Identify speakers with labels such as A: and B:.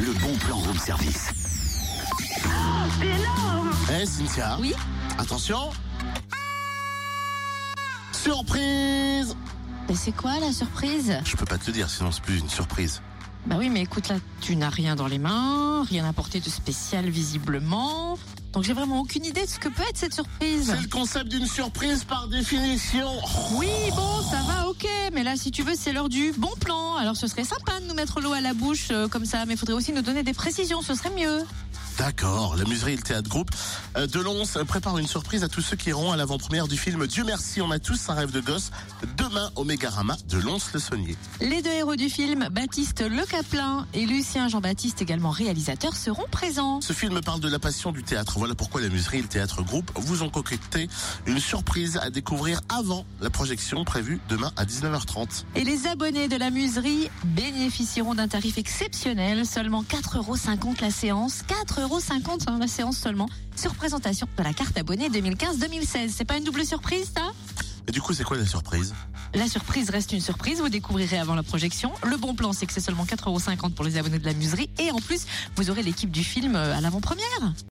A: le bon plan room service.
B: C'est énorme
A: Eh Cynthia
C: Oui
A: Attention Surprise
C: Mais c'est quoi la surprise
A: Je peux pas te le dire, sinon c'est plus une surprise.
C: Bah oui, mais écoute, là, tu n'as rien dans les mains, rien apporté de spécial visiblement. Donc j'ai vraiment aucune idée de ce que peut être cette surprise.
A: C'est le concept d'une surprise par définition. Oh,
C: Oui, bon, ça va, ok, mais là, si tu veux, c'est l'heure du bon plan. Alors ce serait sympa de nous mettre l'eau à la bouche euh, comme ça, mais faudrait aussi nous donner des précisions, ce serait mieux.
A: D'accord, la muserie et le théâtre groupe euh, de Lons prépare une surprise à tous ceux qui iront à l'avant-première du film Dieu merci, on a tous un rêve de gosse demain au Mégarama de Lons-le-Saunier.
C: Les deux héros du film, Baptiste Le Caplin et Lucien Jean-Baptiste, également réalisateur, seront présents.
A: Ce film parle de la passion du théâtre. Voilà pourquoi la muserie et le théâtre groupe vous ont concocté une surprise à découvrir avant la projection prévue demain à 19h30.
C: Et les abonnés de la muserie bénéficieront d'un tarif exceptionnel, seulement 4,50€ la séance, 4,50€ hein, la séance seulement, sur présentation de la carte abonnée 2015-2016. C'est pas une double surprise, ça
A: Et du coup, c'est quoi la surprise
C: La surprise reste une surprise, vous découvrirez avant la projection. Le bon plan, c'est que c'est seulement 4,50€ pour les abonnés de la muserie, et en plus, vous aurez l'équipe du film euh, à l'avant-première.